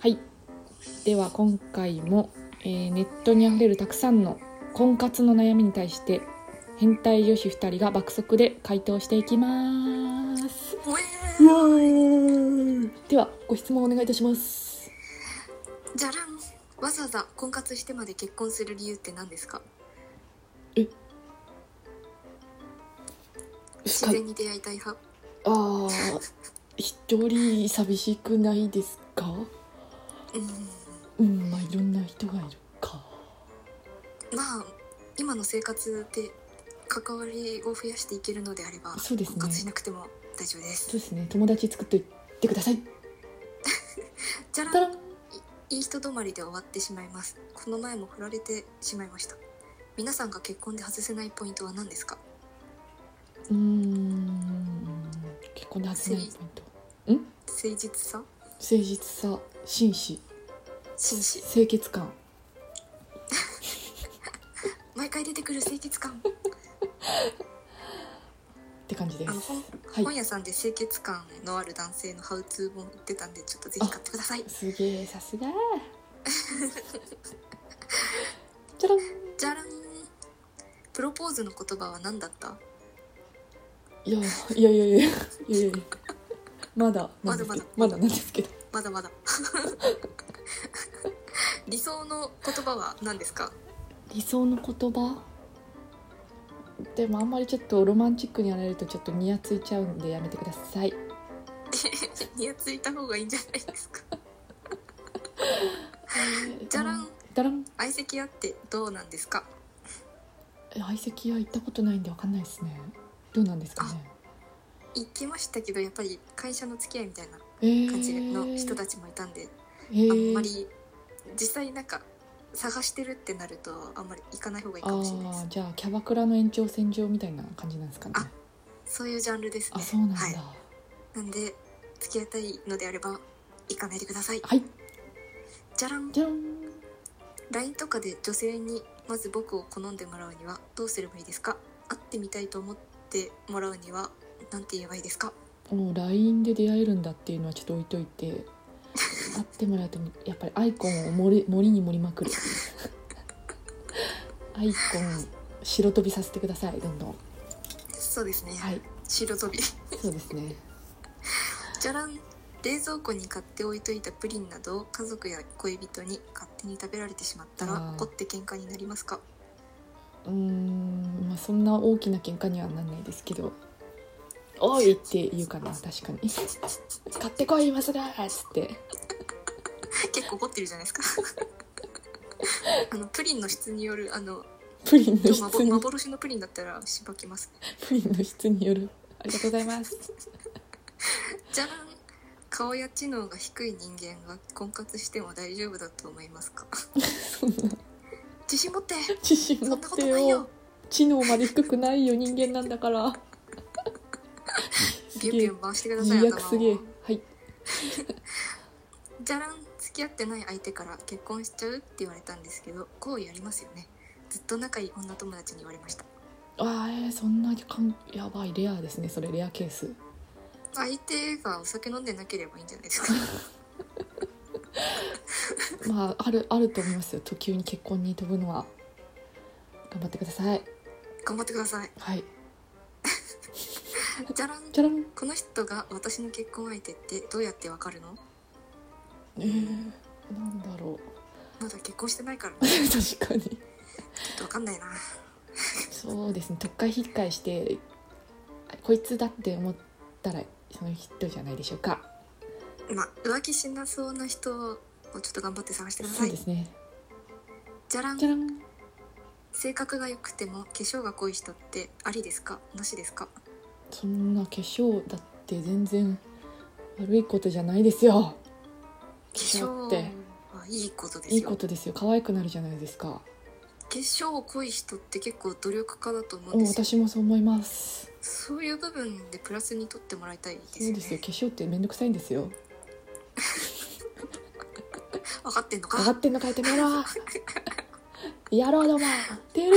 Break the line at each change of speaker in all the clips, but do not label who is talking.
はいでは今回も、えーネットにあふれるたくさんの婚活の悩みに対して変態女子2人が爆速で回答していきますではご質問お願いいたします
じゃらんわざわざ婚活してまで結婚する理由って何ですか自然に出会いたい派
あー一人寂しくないですか
うん
うんまあいろんな人がいるか
まあ今の生活で関わりを増やしていけるのであれば
そうですね
婚活しなくても大丈夫です
そうですね友達作っといてください
じゃら
た
ん
らん
いい人止まりで終わってしまいますこの前も振られてしまいました皆さんが結婚で外せないポイントは何ですか
うーん結婚で外せないポイント
誠実さ
誠実さ紳士
紳士
清潔感
毎回出てくる清潔感
って感じで
あの
す
本,、
は
本
い
屋さんで清潔感のある男性のハウツー本売ってたんでちょっとぜひ買ってください
すげえさすが じゃらん
じゃらんプロポーズの言葉は何だった
いやいやいやいやいやいやいやまだなんですけど
ま
ま
だまだ
だなんですけど
まだま だ理想の言葉は何ですか
理想の言葉でもあんまりちょっとロマンチックにやられるとちょっとニヤついちゃうんでやめてください
ニヤついた方がいいんじゃないですかじゃらん
じゃらん
相席屋ってどうなんですか
え相席屋行ったことないんでわかんないですねどうなんですかね
行きましたけどやっぱり会社の付き合いみたいな
えー
感じの人たちもいたんで、
えー
あんまり実際なんか探してるってなるとあんまり行かない方がいい
あ
かもしれないで
ーじゃあキャバクラの延長線上みたいな感じなんですかね
あすそういうジャンルですね
あそうなんだ
はい
は、
なんで付き合いたいのであれば行かないでください
い
じゃらん
じゃん
LINE とかで女性にまず僕を好んでもらうにはどうすればいいですか会ってみたいと思ってもらうにはなんて言えばいいですか
もう LINE で出会えるんだっていうのはちょっと置いとい て会ってもらうとやっぱりアイコンを盛り盛りに盛りまく るアイコン白飛びさせてくださいどんどん
そうですね、
はい
白飛び
そうですね
じゃらん冷蔵庫に買って置いといたプリンなどを家族や恋人に勝手に食べられてしまった
あー
ら怒って喧嘩になりますか
うーんまあそんな大きな喧嘩にはなんないですけど「おい!」って言うかな確かに 「買ってこい今すぐ!」っつって
結構怒ってるじゃないです かあのプリンの質によるあの
プリンの質
まぼ
に
幻のプリンだったらしばきます
プリンの質によるありがとうございます
じゃん顔や知能が低い人間が婚活しても大丈夫だと思い ますか
そんな
自信持って
自信持
そ
っ
んなこ
て
とない
よ
よ
知能まで低くないよ人間なんだからす
ビュン
げ
ビ
え
ュン回してください
自虐
頭
すげえ
を
はい
じゃらん付き合ってない相手から結婚しちゃうって言われたんですけど好意ありますよねずっと仲いい女友達に言われました
あーえーそんなかんやばいレアですねそれレアケース
相手がお酒飲んでなければいいんじゃないですか
まああるあると思いますよ途中に結婚に飛ぶのは頑張ってください
頑張ってください
はい
じゃらん
じゃらん
この人が私の結婚相手ってどうやってわかるの
えー、なんだろう
まだ結婚してないからね
確かに
ちょっとわかんないな
そうですねとっかえひっかえしてあこいつだって思ったらその人じゃないでしょうか
まあ浮気しなそうな人をちょっと頑張って探してくだ
そ
さ
う
い
ですね
じゃらん
じゃらん
性格が良くても化粧が濃い人ってありですかなしですか
そんな化粧だって全然悪いことじゃないですよ
化
粧
粧
って
はいいことですよ
いいことですよ可愛くなるじゃないですか
化粧濃い人って結構努力家だと思うん
うん
ですよ
私もそう思います
そういう部分でプラスに取ってもらいたいです
そう
よね
ですよ化粧ってめんどくさいんですよ
分かってんの
上が
か
ってんの書いてみ ろやろうどもてる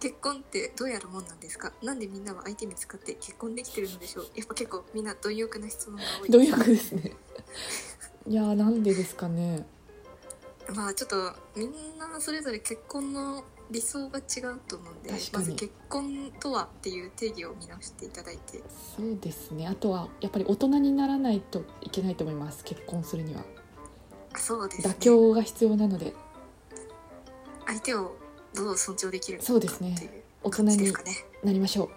結婚ってどうやるもんなんですかなんでみんなは相手見つかって結婚できてるのでしょうやっぱ結構みんな貪欲な質問が多い
貪欲ですねいやーなんでですかね
まあちょっとみんなそれぞれ結婚の理想が違うと思うんで
確か
ま
に
ず結婚とはっていう定義を見直していただいて
そうですねあとはやっぱり大人にならないといけないと思います結婚するには
あそうです、ね、
妥協が必要なので
相手をどう尊重できるのか
そうですね
っていう
大人
感じで
に
すかね
なりましょう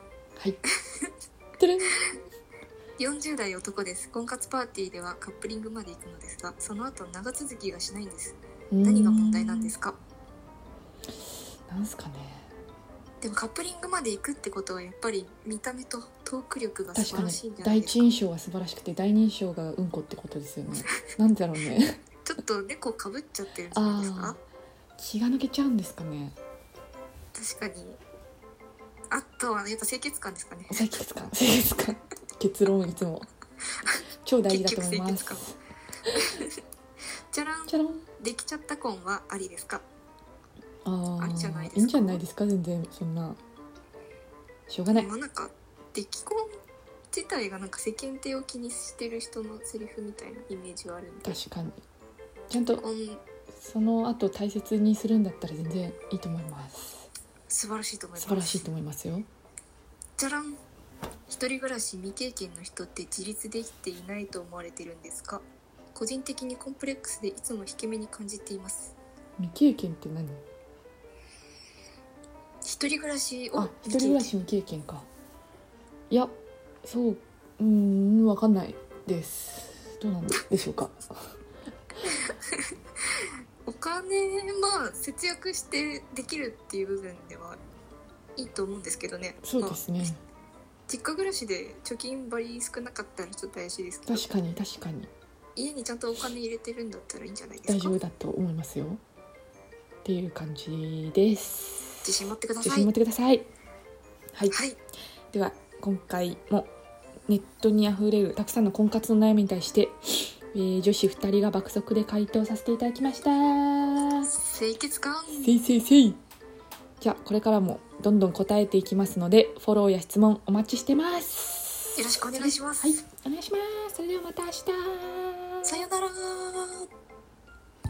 はいてるん
40代男です婚活パーティーではカップリングまで行くのですがその後長続きがしないんです何が問題なんです
か
か
なんすかね
でもカップリングまで行くってことはやっぱり見た目とトーク力が素
確か
晴ら
に
しいんじゃな
第
いです
一
か
印象は素晴らしくて第二印象がうんこってことですよ ねなんでだろうね
ちょっと猫かぶっちゃってるんじゃないです
あ
か
あ気が抜けちゃうんですかね
確かにあとはやっぱ清潔感ですかね
清潔感清潔 感結論いつも超大事だと思いま
結局
す
じゃらん
じゃらん
できちゃった婚はありですか
あ
あ
あ
りじゃないですか
いいんじゃないですか全然そんなしょうがない
まあなんか出来婚自体がなんか世間体を気にしてる人のセリフみたいなイメージはあるんで
確かにちゃんと
婚
その後大切にするんだったら全然いいと思います
素晴らしいと思います
素晴らしいと思いますよ
じゃらん一人暮らし未経験の人って自立できていないと思われてるんですか個人的にコンプレックスでいつも引け目に感じています
未経験って何
一人暮らしを
あ一人暮らし未経験かいやそううーんわかんないですどうなんでしょうか
お金まあ節約してできるっていう部分ではいいと思うんですけどね
そうですね
まあ実家暮らしで貯金バリ少なかったらちょっと怪しいですけど
確かに確かに
家にちゃんとお金入れてるんだったらいいんじゃないですか
大丈夫だと思いますよっていう感じです
自信持ってくだ
自
さ
信
い
持ってくださいはい
はい
では今回もネットにあふれるたくさんの婚活の悩みに対して、えー女子2人が爆速で回答させていただきました
清潔感
せいせいせいじゃあこれからもどんどん答えていきますのでフォローや質問お待ちしてます
よろしくお願いします
はいお願いしますそれではまた明日
さよなら